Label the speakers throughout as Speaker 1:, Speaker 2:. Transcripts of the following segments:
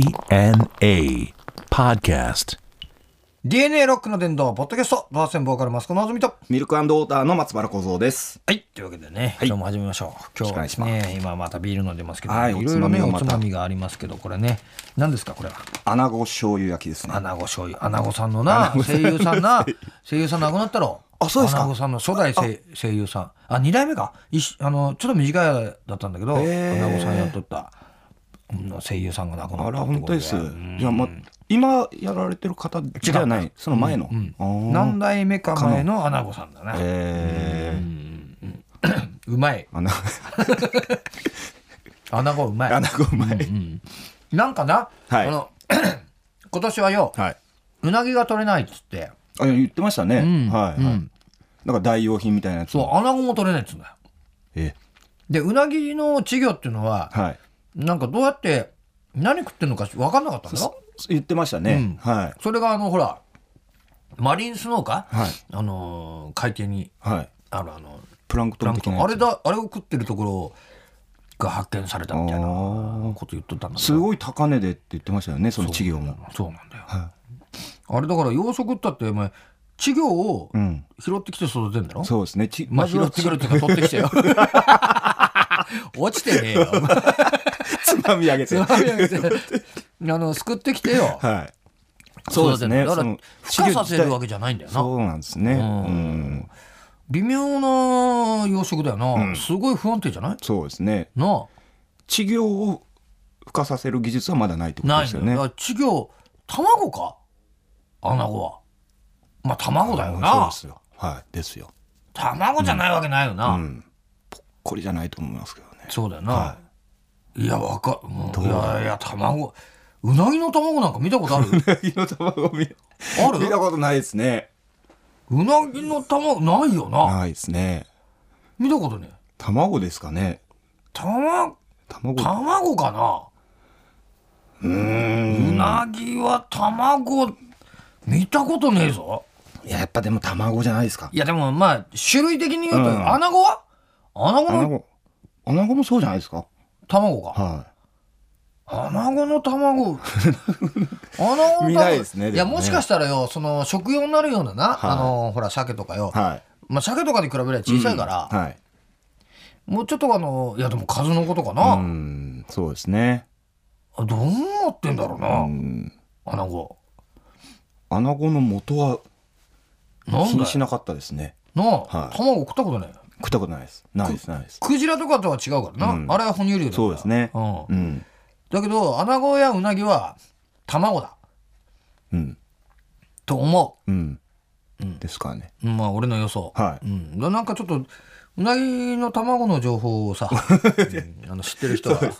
Speaker 1: DNA Podcast.
Speaker 2: DNA ロックの殿堂、ポッドキャスト、バーセンボーカル、マスコのぞみと。
Speaker 3: ミルクウォーターの松原幸三です。
Speaker 2: はい。というわけでね、
Speaker 3: はい
Speaker 2: 今日も始めましょう。今日はです
Speaker 3: よろしくお願
Speaker 2: ね、今またビール飲んでますけど、、
Speaker 3: はいい
Speaker 2: ろいろね、
Speaker 3: おつまみを
Speaker 2: お
Speaker 3: ま
Speaker 2: つ
Speaker 3: た
Speaker 2: まみがありますけど、これね、何ですか、これは。
Speaker 3: 穴子醤油焼きですね。
Speaker 2: 穴子醤油。穴子さんのな、声優さ んな、声優さん亡くなったろ。
Speaker 3: あそうですか
Speaker 2: 穴子さんの初代声声優さん。あ、二代目か。いしあの、ちょっと短い間だったんだけど、
Speaker 3: へー
Speaker 2: 穴子さんやっとった。うん声優さんが亡くな
Speaker 3: あ
Speaker 2: った
Speaker 3: ら、
Speaker 2: ってこ
Speaker 3: 本当
Speaker 2: と
Speaker 3: です。じゃあ、ま、今やられてる方じゃない、その前の。あー
Speaker 2: 何代目か前の穴子さんだね。
Speaker 3: えー
Speaker 2: うまい。
Speaker 3: 穴
Speaker 2: 穴子うまい。
Speaker 3: 穴子うまい。
Speaker 2: なんかな、
Speaker 3: はい
Speaker 2: あの 今年はよ、
Speaker 3: はい。
Speaker 2: うなぎが取れないっつって、
Speaker 3: あ、いや言ってましたね。はい。はいなんか代用品みたいなやつ
Speaker 2: そう、
Speaker 3: を。
Speaker 2: 穴子も取れないっつうんだよ。
Speaker 3: え
Speaker 2: で、うなぎの稚魚っていうのは、
Speaker 3: はい。
Speaker 2: なんかどうやって、何食ってんのか分かんなかったんだよ。
Speaker 3: 言ってましたね。はい。
Speaker 2: それが、あの、ほら、マリンスノーか、
Speaker 3: はい
Speaker 2: あのー海底に
Speaker 3: はい。
Speaker 2: ある、あの、
Speaker 3: プランク
Speaker 2: プ
Speaker 3: ト
Speaker 2: ラ
Speaker 3: ン
Speaker 2: ンク
Speaker 3: 的
Speaker 2: ト
Speaker 3: な
Speaker 2: ン、
Speaker 3: や
Speaker 2: あ
Speaker 3: つ。
Speaker 2: れだ、あれを食ってるところが発見されたみたいなこと言っとったんだけど
Speaker 3: すごい高値でって言ってましたよね、その稚魚も。
Speaker 2: そうなんだよ。あれだから、養殖ったって、お前、稚魚を
Speaker 3: うん。
Speaker 2: 拾ってきて育てんだろ、
Speaker 3: そうですね。ち
Speaker 2: まあ、拾 ってくるっていうか取ってきてよ。落ちてねえよ。
Speaker 3: つまみ 上げて。は
Speaker 2: あの、すくってきてよ。
Speaker 3: い。そうですね。
Speaker 2: だか
Speaker 3: そ
Speaker 2: ら
Speaker 3: の、
Speaker 2: 孵化させるわ
Speaker 3: け
Speaker 2: けじゃないんだよな。
Speaker 3: そうなんですね。うん。
Speaker 2: 微妙な養殖だよな。すごい不安定じゃない
Speaker 3: そうですね。
Speaker 2: な
Speaker 3: 稚魚を孵化させる技術はまだないって
Speaker 2: あ
Speaker 3: こと
Speaker 2: な
Speaker 3: で
Speaker 2: いん
Speaker 3: す
Speaker 2: だ
Speaker 3: よ
Speaker 2: よ。だ
Speaker 3: ね
Speaker 2: か。ら稚魚、卵か穴子は。まあ、卵だよ
Speaker 3: そう
Speaker 2: な
Speaker 3: で。すよ。はい。ですよ。
Speaker 2: 卵じゃないわけないよな。
Speaker 3: これじゃないと思いますけどね。
Speaker 2: そうだよ
Speaker 3: はい
Speaker 2: な。いや、わか、うんいやいや、卵。うなぎの卵なんか見たことあ る
Speaker 3: うなぎの卵見
Speaker 2: ある
Speaker 3: 見たことないですね。
Speaker 2: うなぎの卵ないよな。
Speaker 3: ないですね。
Speaker 2: 見たことねえ。
Speaker 3: 卵ですかね。
Speaker 2: たま、
Speaker 3: 卵。
Speaker 2: 卵かな
Speaker 3: うーん。
Speaker 2: うなぎは卵、見たことねえぞ。
Speaker 3: いや、やっぱでも卵じゃないですか。
Speaker 2: いや、でもまあ、種類的に言うと、
Speaker 3: うん
Speaker 2: アナゴはアナゴの
Speaker 3: 卵。穴子もそうじゃないですか。
Speaker 2: 卵か。
Speaker 3: は
Speaker 2: アナゴの 卵。アナゴの
Speaker 3: 見ないですね
Speaker 2: い
Speaker 3: で
Speaker 2: や、
Speaker 3: もね
Speaker 2: もしかしたらよ、その、食用になるようなな、
Speaker 3: はい
Speaker 2: あの、ほら、鮭とかよ
Speaker 3: い。。はい。
Speaker 2: まあ、鮭とかに比べれば小さいから、
Speaker 3: はい。
Speaker 2: もうちょっとあの、いや、でも数のことか
Speaker 3: う
Speaker 2: な。
Speaker 3: ん。そうですね。
Speaker 2: あどうなってんだろう
Speaker 3: う
Speaker 2: な、
Speaker 3: ん。
Speaker 2: アナゴ。
Speaker 3: 穴子の元は
Speaker 2: なん
Speaker 3: 気
Speaker 2: だ
Speaker 3: に
Speaker 2: よ
Speaker 3: しなかったですね。
Speaker 2: なあ、
Speaker 3: はい
Speaker 2: 卵食ったことない
Speaker 3: 食ったことないです。ないです。ないです。
Speaker 2: クジラとかとは違うからな、
Speaker 3: うん
Speaker 2: あれは哺乳類だから
Speaker 3: そうですね。
Speaker 2: うん
Speaker 3: うん。
Speaker 2: だけどアナゴやウナギは卵だ
Speaker 3: うん。
Speaker 2: と思
Speaker 3: うん。ですか らね。
Speaker 2: うまあ俺の予想、
Speaker 3: はい
Speaker 2: うん、だなんかちょっとうなぎの卵の情報 をさ、うんあの知ってる人は
Speaker 3: 教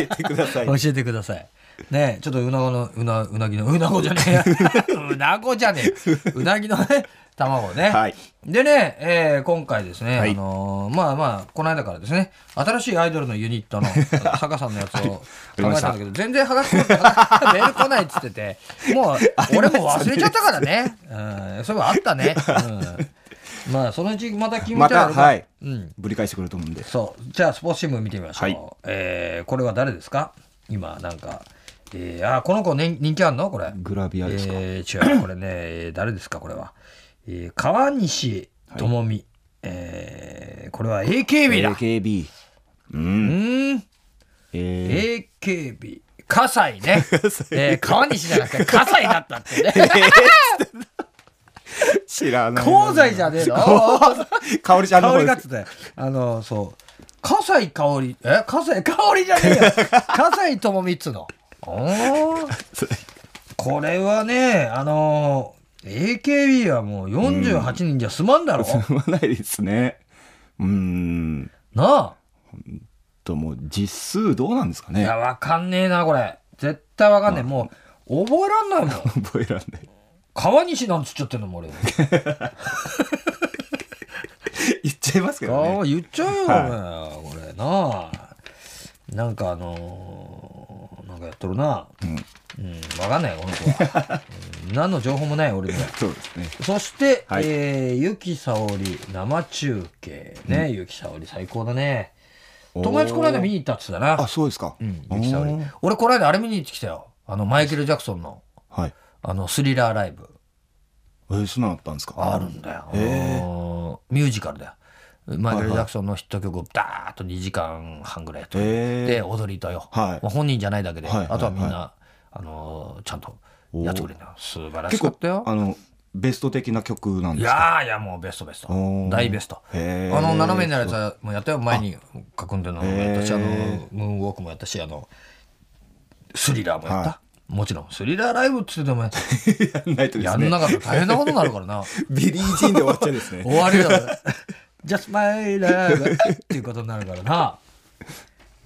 Speaker 3: えてください。
Speaker 2: 教えてくださいねえちょっとうなごのうなうなぎのうなごじゃね えうなごじゃねえうなぎのね卵ね、
Speaker 3: はい。
Speaker 2: でね、えー今回ですね、
Speaker 3: はい
Speaker 2: あのーまあまあ、この間からですね、新しいアイドルのユニットの 坂さんのやつを考えたんだけど、全然はがき来ないメール来ないっつってて、もう俺も忘れちゃったからね。うん、そういえばあったね。うん、まあ、そのうちまた君
Speaker 3: ま
Speaker 2: みた
Speaker 3: た、
Speaker 2: い
Speaker 3: はい。
Speaker 2: うん。
Speaker 3: ぶり返してくると思うんで。
Speaker 2: そう。じゃあ、スポーツ新聞見てみましょう。
Speaker 3: はい
Speaker 2: えーこれは誰ですか今、なんか。えー、あー、この子、ね、人気あんのこれ。
Speaker 3: グラビアですか。
Speaker 2: えー違う、これね、えー誰ですか、これは。えー川西智美、えーこれは AKB だ。
Speaker 3: AKB。う。
Speaker 2: うんーん、
Speaker 3: え
Speaker 2: AKB。葛西ね。えー川西じゃなくて、葛西だったって ね。
Speaker 3: ー、知らない。
Speaker 2: 東西じゃねえの。
Speaker 3: かおりちゃんの
Speaker 2: 香
Speaker 3: 方
Speaker 2: り
Speaker 3: で
Speaker 2: が
Speaker 3: す
Speaker 2: つ。って。あの、そう。葛西香り、え葛西香りじゃねえ よ。葛西智美っつう の。おーこれはね、あの AKB はもう48人じゃ済まん だろ。
Speaker 3: す まないですね。うーん。
Speaker 2: なあ
Speaker 3: と、もう、実数どうなんですか
Speaker 2: い
Speaker 3: ね
Speaker 2: や、。わかんねえな、これ。絶対わかんねえ。もう、覚えらんないもん。
Speaker 3: 覚えらんない。
Speaker 2: 川西なんつっちゃってんの もん、俺。
Speaker 3: 言っちゃいますけど
Speaker 2: ああ、
Speaker 3: ね。
Speaker 2: 言っちゃうよ、
Speaker 3: は
Speaker 2: お前これなあ。なんかあのーなんかやっとるな。うん、わかんない、この子 は。うん何の情報もない、俺には。
Speaker 3: そうですね。
Speaker 2: そして、
Speaker 3: はい
Speaker 2: えーゆきさおり生中継ね、ゆきさおり最高だね。友達この間見に行ったって言ってたな
Speaker 3: あ、そうですか。
Speaker 2: うん
Speaker 3: おー
Speaker 2: ゆきさおり俺この間あれ見に行ってきたよあのマイケル・ジャクソンの
Speaker 3: はい。
Speaker 2: あのスリラーライブ
Speaker 3: えー、そんなのあったんですか。
Speaker 2: あるんだよ、あのミュージカルだよマイケル・ジャクソンのヒット曲をダーッと2時間半ぐらいやって
Speaker 3: へー
Speaker 2: で踊りとよ、
Speaker 3: はい
Speaker 2: まあ本人じゃないだけで、
Speaker 3: はい
Speaker 2: あとはみんな、
Speaker 3: はい
Speaker 2: あのーちゃんとやってくれるんだよ素晴らし
Speaker 3: 結
Speaker 2: か
Speaker 3: 構
Speaker 2: ったよ
Speaker 3: あのベスト的な曲なん
Speaker 2: い
Speaker 3: ですか。
Speaker 2: やーいやもうベストベスト
Speaker 3: おー
Speaker 2: 大ベストあ
Speaker 3: へー
Speaker 2: の斜めになるやつもやったよ前に書くんでのもやったし
Speaker 3: へ
Speaker 2: あの
Speaker 3: ー
Speaker 2: ムーンウォークもやったしあのスリラーもやった、
Speaker 3: は
Speaker 2: もちろんスリラーライブっつってでも
Speaker 3: やんないとです
Speaker 2: や
Speaker 3: ね。
Speaker 2: んなかったら大変なことになるからな
Speaker 3: ビリージーンで終わっちゃうんですね。
Speaker 2: 終わりだから Just my love っていうことになるからな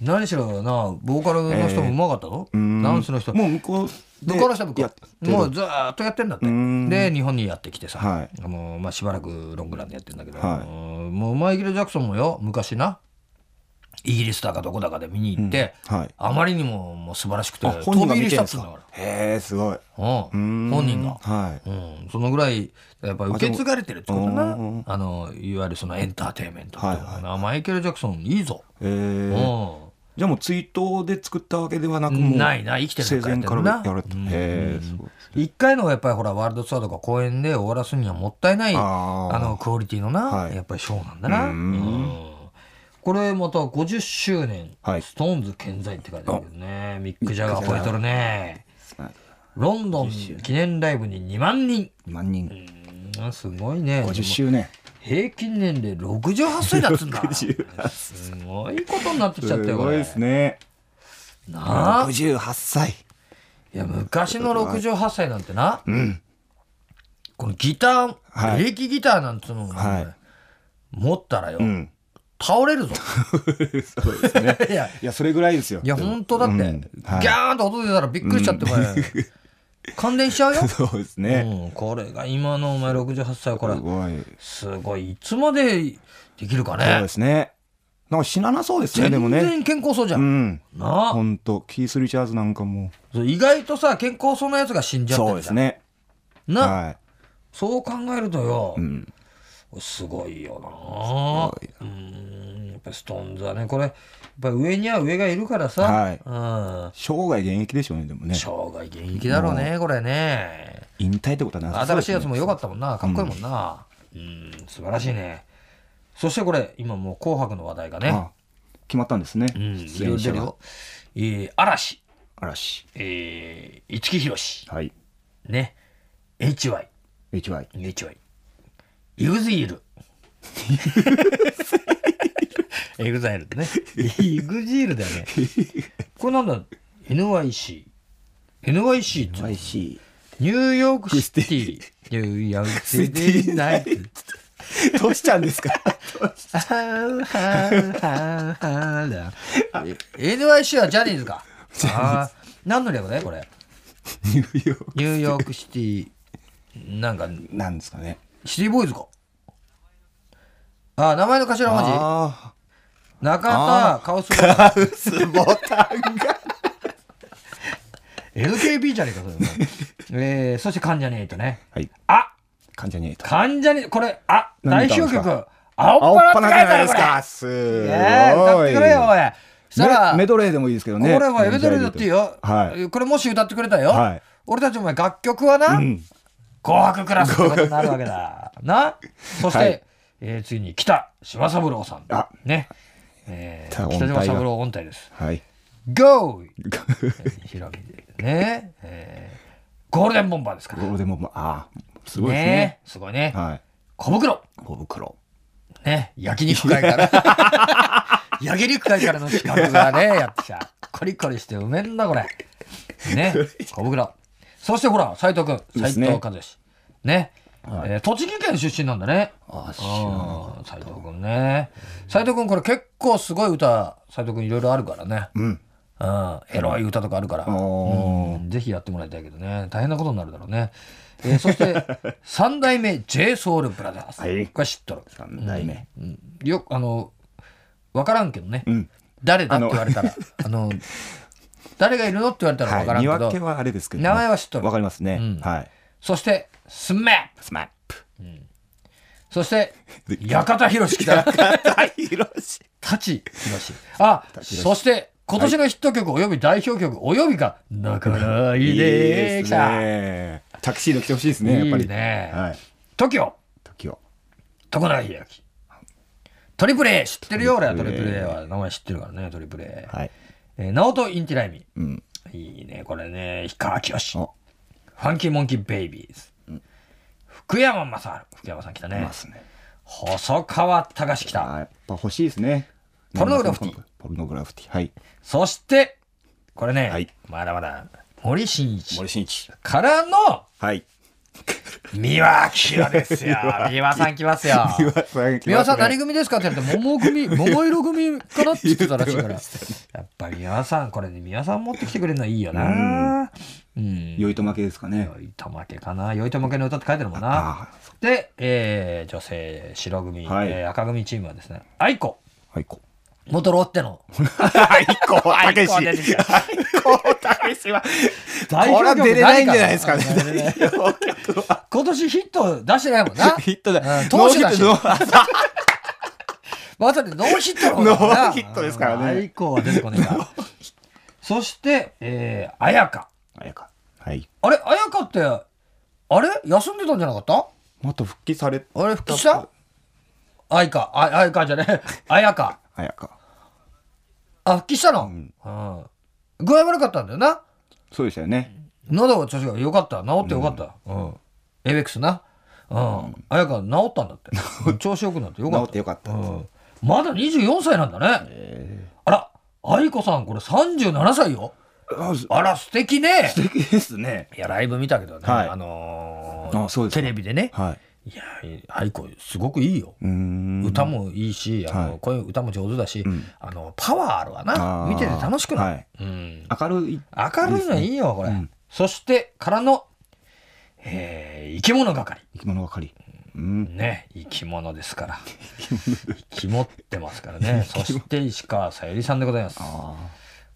Speaker 2: 何しろなボーカルの人もうまかったぞ、
Speaker 3: うん
Speaker 2: ダンスの人
Speaker 3: もう向こうで
Speaker 2: 向こうの人は向
Speaker 3: や
Speaker 2: こ
Speaker 3: って
Speaker 2: う
Speaker 3: る
Speaker 2: もうずーっとやってんだって
Speaker 3: うん
Speaker 2: で日本にやってきてさ、
Speaker 3: はい
Speaker 2: あのまあ、しばらくロングランでやってんだけど、
Speaker 3: はい
Speaker 2: あのもうマイケル・ジャクソンもよ昔なイギリスだかどこだかで見に行って、
Speaker 3: うんはい
Speaker 2: あまりにももう素晴らしくて
Speaker 3: あ本人
Speaker 2: 飛
Speaker 3: が
Speaker 2: び入
Speaker 3: 見
Speaker 2: りしてた
Speaker 3: るん
Speaker 2: っつうん
Speaker 3: です
Speaker 2: だ
Speaker 3: か
Speaker 2: か。
Speaker 3: へえすごい。
Speaker 2: ら、う、
Speaker 3: うんん
Speaker 2: 本人が。
Speaker 3: は
Speaker 2: うん、そのぐらいやっぱり受け継がれてるってことな
Speaker 3: あでも
Speaker 2: あのいわゆるそのエンターテインメントっていうのかな、
Speaker 3: はい
Speaker 2: マイケル・ジャクソンいいぞ、
Speaker 3: い。へえ。
Speaker 2: うん
Speaker 3: じゃあもう追悼で作ったわけではなくもう
Speaker 2: ないない生きてる
Speaker 3: 生前から
Speaker 2: な
Speaker 3: やられた。へえすご い。
Speaker 2: 一回のやっぱりほらワールドツアーとか公演で終わらすにはもったいない
Speaker 3: あ
Speaker 2: あ
Speaker 3: ー
Speaker 2: のクオリティのな、
Speaker 3: はい
Speaker 2: やっぱりショーなんだな
Speaker 3: うーん
Speaker 2: うんこれまた50周年、
Speaker 3: はい
Speaker 2: ストーンズ健在って書いてあるけどねミック・ジャガー超えとるねロンドン記念ライブに2万人
Speaker 3: 万人
Speaker 2: うんすごいね
Speaker 3: 50周年。
Speaker 2: 平均年齢68歳だっつうんだすごいことになってきちゃった
Speaker 3: す
Speaker 2: よこ
Speaker 3: ごい
Speaker 2: れ
Speaker 3: ですね。
Speaker 2: なあ
Speaker 3: 58歳。
Speaker 2: いや昔の68歳なんてな、このギター、
Speaker 3: はい
Speaker 2: エレキギターなんつうのをね、
Speaker 3: はい
Speaker 2: 持ったらよ、
Speaker 3: うん。
Speaker 2: 倒れるぞ
Speaker 3: そうですね。
Speaker 2: いや
Speaker 3: いやそれぐらいですよ。
Speaker 2: いや本当だって、
Speaker 3: うんはい
Speaker 2: ギャーンと音出たらびっくりしちゃって、これ感電しち ゃうよ、
Speaker 3: そうですね。
Speaker 2: うん、これが今のお前68歳これ
Speaker 3: すごい。
Speaker 2: すごいいつまでできるか
Speaker 3: そう
Speaker 2: ね
Speaker 3: ですね。なんか死ななそうですね、でも
Speaker 2: 全
Speaker 3: ね。
Speaker 2: 然健康そうじゃ、
Speaker 3: うんん。
Speaker 2: なあ
Speaker 3: ほんと、キース・リチャーズなんかも。
Speaker 2: そう意外とさ健康そうなやつが死んじゃって
Speaker 3: そ
Speaker 2: る
Speaker 3: うで
Speaker 2: じゃ
Speaker 3: す
Speaker 2: ん、
Speaker 3: ね。
Speaker 2: な、
Speaker 3: は
Speaker 2: そう考えるとよ、
Speaker 3: い。うん。
Speaker 2: すごいよなうんやっぱストーンズはねこれやっぱ上には上がいるからさ、
Speaker 3: はい
Speaker 2: うん、
Speaker 3: 生涯現役でしょうね、でもね。
Speaker 2: 生涯現役だろうねこれね
Speaker 3: 引退ってことはなさそう
Speaker 2: 新
Speaker 3: で
Speaker 2: しい
Speaker 3: すね
Speaker 2: やつも良かったもんなかっこいいもんなうん、素晴らしいねそしてこれ今もう「紅白」の話題がね
Speaker 3: あ決まったんですね。
Speaker 2: うんい
Speaker 3: 出
Speaker 2: ろいろ
Speaker 3: 演
Speaker 2: 出
Speaker 3: 者
Speaker 2: る
Speaker 3: が
Speaker 2: よ、えー嵐、
Speaker 3: 嵐。
Speaker 2: えー、五木ひろし
Speaker 3: はい。
Speaker 2: ね HY
Speaker 3: HY。
Speaker 2: HY イグズイ ルエグザイルねイグジールだよねこれなんだ NYC NYC って
Speaker 3: YC。
Speaker 2: ニューヨークシティニューヨークシティナイト
Speaker 3: どうしちゃうんですか
Speaker 2: あーはーはーはーだ NYC はジャニーズかあー何の略だよこれ
Speaker 3: ニューヨーク。
Speaker 2: ニューヨークシティなんか
Speaker 3: なんですかね。
Speaker 2: シティボーイズかあー名前の頭文字
Speaker 3: あ
Speaker 2: 中田カオスボ タン
Speaker 3: あ。スボタンが。
Speaker 2: NKB じゃねえか それえー、そして関ジャニエイトね
Speaker 3: はい。
Speaker 2: あ
Speaker 3: 関ジャニエイト。
Speaker 2: 関ジャニこれあ代
Speaker 3: 何歌
Speaker 2: 表
Speaker 3: うんですか
Speaker 2: 曲青っぱらって書いてあるこれ
Speaker 3: す
Speaker 2: ええ歌ってくれよおいそしたら
Speaker 3: メメドレーでもいいですけどね。
Speaker 2: これはエベドレーだっていいよ、
Speaker 3: はい。
Speaker 2: これもし歌ってくれたよ、
Speaker 3: はい
Speaker 2: 俺たちお前楽曲はな、
Speaker 3: うん。
Speaker 2: 紅白クラスってことになるわけだ なそして、
Speaker 3: はい
Speaker 2: えー次に北島三郎さん
Speaker 3: あ
Speaker 2: ね、えー
Speaker 3: 北
Speaker 2: 北島
Speaker 3: 音
Speaker 2: 三
Speaker 3: 体
Speaker 2: 郎音体です
Speaker 3: はい。
Speaker 2: GO! ひろみね、えーゴールデンボンバーですから
Speaker 3: ゴールデンボンバー。ああ、す
Speaker 2: ね
Speaker 3: ごいですね。
Speaker 2: すごいね、
Speaker 3: はい。
Speaker 2: 小袋
Speaker 3: 小袋。
Speaker 2: ね焼肉会から焼肉会からの企画がねやってきたコリコリしてうめえんだこれね小袋そしてほら斎藤君
Speaker 3: で
Speaker 2: 斎藤
Speaker 3: すね
Speaker 2: 和義ねえー栃木県出身なんだね
Speaker 3: ああ、知
Speaker 2: うん斎藤君ね斎藤君これ結構すごい歌斎藤君いろいろあるからね
Speaker 3: うん。
Speaker 2: うん、エロい歌とかあるから、う
Speaker 3: お
Speaker 2: んぜひやってもらいたいけどね大変なことになるだろうね、えーそして 三代目 j ソ o u l b r o t h
Speaker 3: はい
Speaker 2: これ知っとる
Speaker 3: 三代目。
Speaker 2: うんよくあの分からんけどね、
Speaker 3: ん
Speaker 2: 誰だって言われた らあの誰がいるのって言われたら分か
Speaker 3: は
Speaker 2: ら
Speaker 3: い。
Speaker 2: ん
Speaker 3: 見
Speaker 2: けど、
Speaker 3: 分けはあれですけど。
Speaker 2: 名前は知っとる
Speaker 3: わかりますね。はい。
Speaker 2: そしてスマップ
Speaker 3: スマップ。
Speaker 2: スそして、屋形博士来た。
Speaker 3: 広し。
Speaker 2: 舘ひろし。あ、そして、今年のヒット曲および代表曲およびが、だからいいでー
Speaker 3: いい
Speaker 2: 来
Speaker 3: す
Speaker 2: た。
Speaker 3: ね。タキシード来てほしいですね、やっぱり。
Speaker 2: いいね
Speaker 3: はい。
Speaker 2: t o
Speaker 3: 時を。
Speaker 2: 徳永英明。トリプル A 知ってるよ俺はトリプル A は名前知ってるからねトリプル A、
Speaker 3: はい。
Speaker 2: えー、直人インティライミ
Speaker 3: うん。
Speaker 2: いいねこれね氷川きよしフ
Speaker 3: あ
Speaker 2: ァンキーモンキーベイビーズ、福山雅治福山さん来たね
Speaker 3: ますね。
Speaker 2: 細川隆来た
Speaker 3: あやっぱ欲しいですね。
Speaker 2: ポルノグラフィティ。
Speaker 3: ポルノグラフィティ。はい。
Speaker 2: そしてこれね、
Speaker 3: はい
Speaker 2: まだまだ森進一
Speaker 3: 森進一。
Speaker 2: からの
Speaker 3: はい。
Speaker 2: 三輪明ですよ 三輪さん来ますよ 三輪さん何組ですかって言われて桃組桃色組かなって言ってたらしいからやっぱり三輪さんこれね三輪さん持ってきてくれるのはいいよなうん
Speaker 3: 良いと負けですかね。
Speaker 2: 酔いと負けかな酔いと負けの歌って書いてるもんな
Speaker 3: ああ
Speaker 2: で、えー女性白組、
Speaker 3: はい
Speaker 2: えー赤組チームはですね愛子
Speaker 3: はい、こ。
Speaker 2: 元ロッテの
Speaker 3: はい、こ、たけ
Speaker 2: 愛
Speaker 3: し。は
Speaker 2: 子出てきた
Speaker 3: い、こ、たけしは。
Speaker 2: 代
Speaker 3: これは
Speaker 2: 表曲
Speaker 3: 出れないんじゃないですかね。
Speaker 2: ない から
Speaker 3: 代表曲は
Speaker 2: 今年ヒット出してないもんな
Speaker 3: ヒットだ
Speaker 2: うん。投手だし
Speaker 3: ノーヒットノー
Speaker 2: まさにノーヒットの方だからな
Speaker 3: ノーヒットですからね
Speaker 2: あ以降は出てこねえ か。そして、えー、綾香。
Speaker 3: あやか。はい。
Speaker 2: あれ綾香って、あれ休んでたんじゃなかった
Speaker 3: また復帰され。
Speaker 2: あれ復帰した綾香、あ綾香じゃねえ。綾香。
Speaker 3: あやか。
Speaker 2: あ、復帰したの、うん
Speaker 3: ん、
Speaker 2: 具合悪かったんだよな。
Speaker 3: そうでしたよね。
Speaker 2: 喉の調子が良かった。治って良かった。うん。エイベックスな。うん。綾香治ったんだって。調子良くなって良かった。
Speaker 3: 治って良かった
Speaker 2: うん。まだ24歳なんだね。あら、愛子さん、これ37歳よ。
Speaker 3: あ、素
Speaker 2: あら、素敵ね。
Speaker 3: 敵ですね。
Speaker 2: いや、ライブ見たけどね、
Speaker 3: はい
Speaker 2: あのー
Speaker 3: あそうですか
Speaker 2: テレビでね。
Speaker 3: はい。
Speaker 2: いや、アイコすごくいいよ。
Speaker 3: うーん。
Speaker 2: 歌もいいし、あの
Speaker 3: はい
Speaker 2: 声歌も上手だし、あのパワーあるわな
Speaker 3: あー
Speaker 2: 見てて楽しくなる、
Speaker 3: はい
Speaker 2: うん、
Speaker 3: 明るい。
Speaker 2: 明るいのいいよこれ、そしてからの、えー生き物係
Speaker 3: 生き物ばかり。うん。
Speaker 2: ね生き物ですから生き物ってますからねそして石川さゆりさんでございます
Speaker 3: あ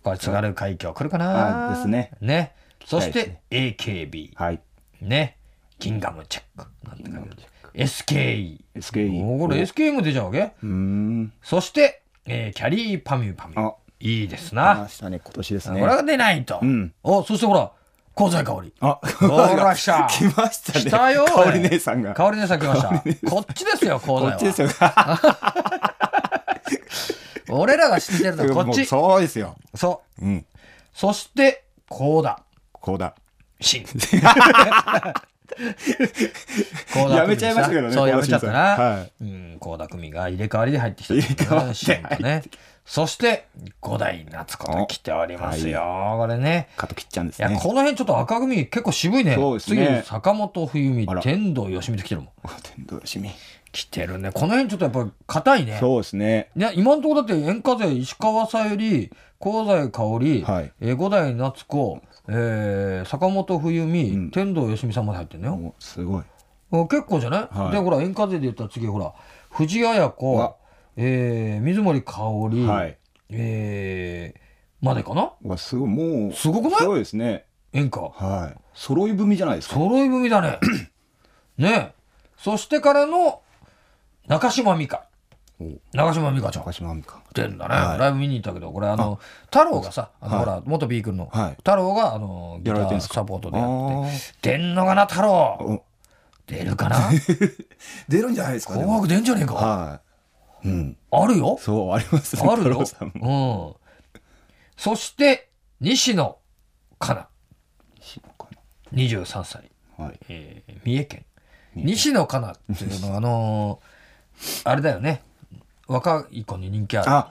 Speaker 2: これ津軽海峡来るかな
Speaker 3: あですね
Speaker 2: ねそし
Speaker 3: きたいです
Speaker 2: て AKB
Speaker 3: あ。はい。
Speaker 2: ね。キンガムチェック。なんて書いてある SKE。
Speaker 3: SKE
Speaker 2: おーこれ SKE も出ちゃうわけ
Speaker 3: うーん。
Speaker 2: そして、えーキャリーパミュパミュ
Speaker 3: あ。
Speaker 2: いいです
Speaker 3: 出ま
Speaker 2: な。
Speaker 3: したね、今年です
Speaker 2: こ
Speaker 3: ね。
Speaker 2: れが出ないと。
Speaker 3: うん
Speaker 2: お、そしてほら、香西香織。
Speaker 3: あ、
Speaker 2: ほら来た
Speaker 3: 来ましたね。
Speaker 2: 来たよ。
Speaker 3: かおり姉さんが。
Speaker 2: 香織姉さん来ました。こっちですよ、香西
Speaker 3: こ
Speaker 2: は。
Speaker 3: っちですよ。
Speaker 2: 俺らが知ってるのはこ
Speaker 3: も
Speaker 2: っ
Speaker 3: う
Speaker 2: ち。そ
Speaker 3: そうですよ。
Speaker 2: う。
Speaker 3: うん。
Speaker 2: そして、高田。
Speaker 3: こうだ。
Speaker 2: 新
Speaker 3: やめちゃいましたけどね
Speaker 2: そうやめちゃったな、
Speaker 3: はい
Speaker 2: うん倖田來未が入れ替わりで入ってきたんだよね、
Speaker 3: 入れ替わって
Speaker 2: シンとねそして五代夏子と来ておりますよ、これね
Speaker 3: カトキッちゃんです
Speaker 2: いや、
Speaker 3: ね。
Speaker 2: この辺ちょっと赤組結構渋いね
Speaker 3: そうですね
Speaker 2: 次坂本冬美
Speaker 3: あら
Speaker 2: 天童よしみと来てるもん
Speaker 3: 天童よしみ。
Speaker 2: 来てるねこの辺ちょっとやっぱり硬いね
Speaker 3: そうですね。
Speaker 2: いや今のところだって演歌勢石川さゆり香西かおり、
Speaker 3: はい
Speaker 2: えー五代夏子、えー坂本冬美、
Speaker 3: ん
Speaker 2: 天童よしみさんまで入ってるのよ、
Speaker 3: もうすごい。
Speaker 2: あ結構じゃない、
Speaker 3: はい
Speaker 2: でほら演歌勢で言ったら次ほら藤あや
Speaker 3: う
Speaker 2: 子
Speaker 3: わ、
Speaker 2: えー水森かおり、
Speaker 3: はい
Speaker 2: えーまでかな
Speaker 3: うわ、すごい。もう。
Speaker 2: すごくない
Speaker 3: すごいですね。
Speaker 2: 演歌
Speaker 3: はい。揃い踏みじゃないですか。
Speaker 2: 揃い踏みだ ねねえそしてからの中島美嘉中島美嘉ちゃん
Speaker 3: 高島亜美か。
Speaker 2: 出るんだね、
Speaker 3: はい
Speaker 2: ライブ見に行ったけどこれあの太郎がさあの、
Speaker 3: はい
Speaker 2: ほら元 B 君の、
Speaker 3: はい
Speaker 2: 太郎があのギタ
Speaker 3: やられてん
Speaker 2: ー
Speaker 3: すか
Speaker 2: サポートでやって出んのかな太郎
Speaker 3: お
Speaker 2: 出る かな
Speaker 3: 出るんじゃないですか。で
Speaker 2: 紅
Speaker 3: も
Speaker 2: 白出んじゃねえか
Speaker 3: はい。うん。
Speaker 2: あるよ
Speaker 3: そう、ありますね。
Speaker 2: ある
Speaker 3: 太
Speaker 2: よ
Speaker 3: 郎さん。も。
Speaker 2: うん。そして、西野かな、
Speaker 3: しようか
Speaker 2: 23歳、
Speaker 3: なはい。
Speaker 2: えー三重県。西野かなっていうのは、あのーあれだよね。若い子に人気ある。
Speaker 3: あ、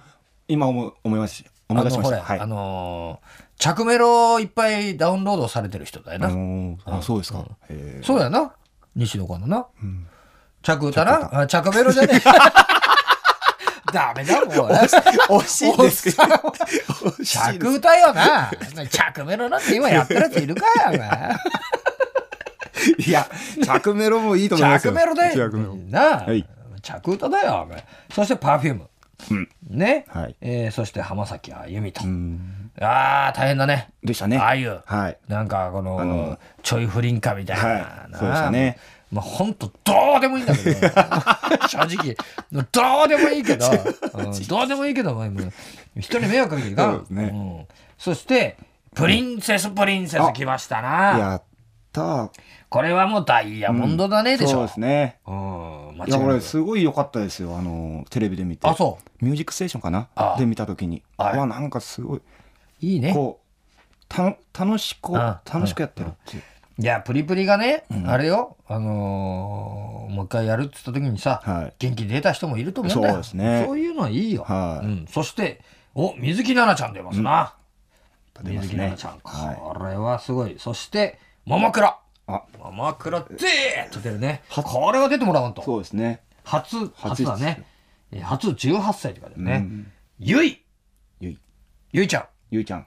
Speaker 3: 今思い思いまし思い出し
Speaker 2: の、
Speaker 3: ま
Speaker 2: ほ
Speaker 3: し
Speaker 2: ら、
Speaker 3: た。はい。
Speaker 2: あ
Speaker 3: あ
Speaker 2: のー着メロをいっぱいダウンロードされてる人だよな。
Speaker 3: のーあ、そうですか。へー
Speaker 2: そうだよな。西野かなな。着歌なあ着メロじゃねえ。 ダメだもん。
Speaker 3: 惜しいですけど。惜しいです
Speaker 2: 着歌よな。着メロなんて今やってるやついるかよ、お前。
Speaker 3: いや、着メロもいい と思います
Speaker 2: 着
Speaker 3: よ。
Speaker 2: メロだよ
Speaker 3: 着メロ。
Speaker 2: なあ、
Speaker 3: はい
Speaker 2: 着歌だよお前そしてパフュームね、
Speaker 3: はい
Speaker 2: えーそして浜崎あゆみと、
Speaker 3: うん
Speaker 2: あー大変だね
Speaker 3: でしたね。
Speaker 2: あゆ
Speaker 3: はい。
Speaker 2: なんかこの、
Speaker 3: あの
Speaker 2: ちょい不倫かみたいな、
Speaker 3: はい
Speaker 2: なあ
Speaker 3: そうでしたね
Speaker 2: まあ本当どうでもいいんだけど 正直どうでもいいけど、うん どうでもいいけどお前もう人に迷惑かけていかん
Speaker 3: そうですね
Speaker 2: うんそしてプリンセスプリンセス来ましたな
Speaker 3: やった
Speaker 2: これはもうダイヤモンドだねでしょ、
Speaker 3: そう
Speaker 2: うん
Speaker 3: ですね
Speaker 2: 間違
Speaker 3: い
Speaker 2: いな
Speaker 3: や
Speaker 2: く
Speaker 3: 俺すごい良かったですよあのテレビで見て
Speaker 2: あそう
Speaker 3: ミュージックステーションかな
Speaker 2: ああ
Speaker 3: で見た時に
Speaker 2: は
Speaker 3: わ
Speaker 2: い
Speaker 3: なんかすごい
Speaker 2: いいね
Speaker 3: こうたの楽しく
Speaker 2: ああ
Speaker 3: 楽しくやってるっていう
Speaker 2: いや、プリプリがね、あれよ、あのーもう一回やるっつった時にさ、
Speaker 3: はい
Speaker 2: 元気出た人もいると思うんだよ。
Speaker 3: そうですね
Speaker 2: そういうのはいいよ。
Speaker 3: はい
Speaker 2: うん、そして、お、水木奈々ちゃん出ますな。
Speaker 3: 出ま
Speaker 2: 水
Speaker 3: す
Speaker 2: 木
Speaker 3: ね
Speaker 2: 奈々ちゃん。
Speaker 3: は
Speaker 2: これはすごい。そして、ももクロ。
Speaker 3: いあ
Speaker 2: ももクロ、ぜーっと出るね。これは出てもらわんと。
Speaker 3: そうですね
Speaker 2: 初、初
Speaker 3: 初
Speaker 2: だね。え初18歳とかだよね。
Speaker 3: うん
Speaker 2: ゆい、
Speaker 3: ゆい
Speaker 2: ゆいちゃん。
Speaker 3: ゆいちゃん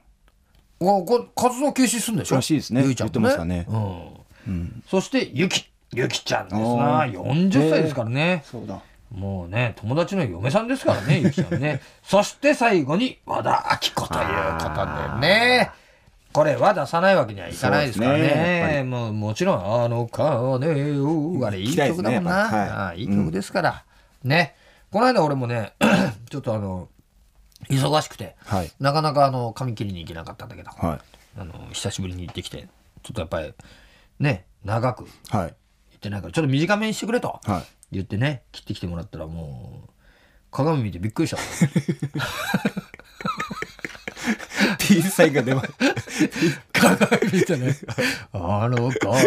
Speaker 2: おこ活動休止するんでしょ
Speaker 3: らしいですね
Speaker 2: ゆいちゃんも
Speaker 3: 言ってましたね
Speaker 2: うん
Speaker 3: うん
Speaker 2: そしてゆきゆきちゃんですな
Speaker 3: あー
Speaker 2: 40歳ですからね、
Speaker 3: そうだ
Speaker 2: もうね友達の嫁さんですから ねゆきちゃんねそして最後に和田アキ子ということでねこれは出さないわけにはいかないですからね
Speaker 3: そうですねやっぱり
Speaker 2: もうもちろん「あの鐘を」あれいい曲だもん
Speaker 3: 聞きたいです
Speaker 2: な
Speaker 3: ねやっぱりはい
Speaker 2: あーいい曲ですから、ねこの間俺もね ちょっとあの忙しくて、
Speaker 3: はい
Speaker 2: なかなかあの髪切りに行けなかったんだけど、
Speaker 3: は
Speaker 2: あの久しぶりに行ってきてちょっとやっぱりね長く行
Speaker 3: いはい
Speaker 2: ってないからちょっと短めにしてくれと
Speaker 3: はい
Speaker 2: 言ってね切ってきてもらったらもう鏡見てびっくりした
Speaker 3: P サインが出ます
Speaker 2: 鏡見てね「 あの鐘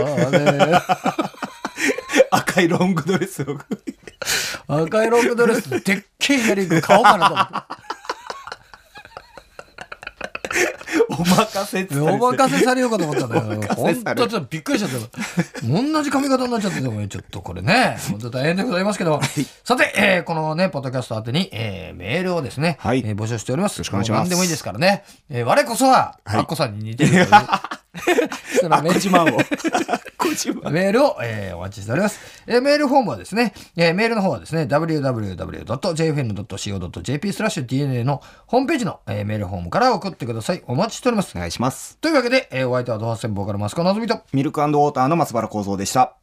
Speaker 3: 赤いロングドレスを
Speaker 2: 赤いロングドレスでっけえヘリング買おうかなと思って。
Speaker 3: お任せっつったりして
Speaker 2: お任せされようかと思ったんだ けど、
Speaker 3: 任
Speaker 2: 本
Speaker 3: せされ
Speaker 2: 当
Speaker 3: る
Speaker 2: ちょっとびっくりしちゃったよ。同じ髪型になっちゃっててもね、ちょっとこれね、本当大変でございますけど、さて、えーこのね、ポッドキャスト宛てに、えーメールをですね、
Speaker 3: はい
Speaker 2: えー募集しております。よ
Speaker 3: ろしくお願いします
Speaker 2: 何でもいいですからね。えー我こそは、
Speaker 3: い
Speaker 2: アッコさんに似てると いう。人の
Speaker 3: あ
Speaker 2: メー
Speaker 3: 小
Speaker 2: ル
Speaker 3: 島を小島
Speaker 2: メールを、えーお待ちしております。えーメールフォームはですね、えーメールの方はですね、www.jfn.co.jp スラッシュ DNA のホームページの、えーメールフォームから送ってください。お待ちしております
Speaker 3: お。願いします
Speaker 2: というわけで、えー、お相手はドハセンボーカルマスコナズミと
Speaker 3: ミルクウォーターの松原幸三でした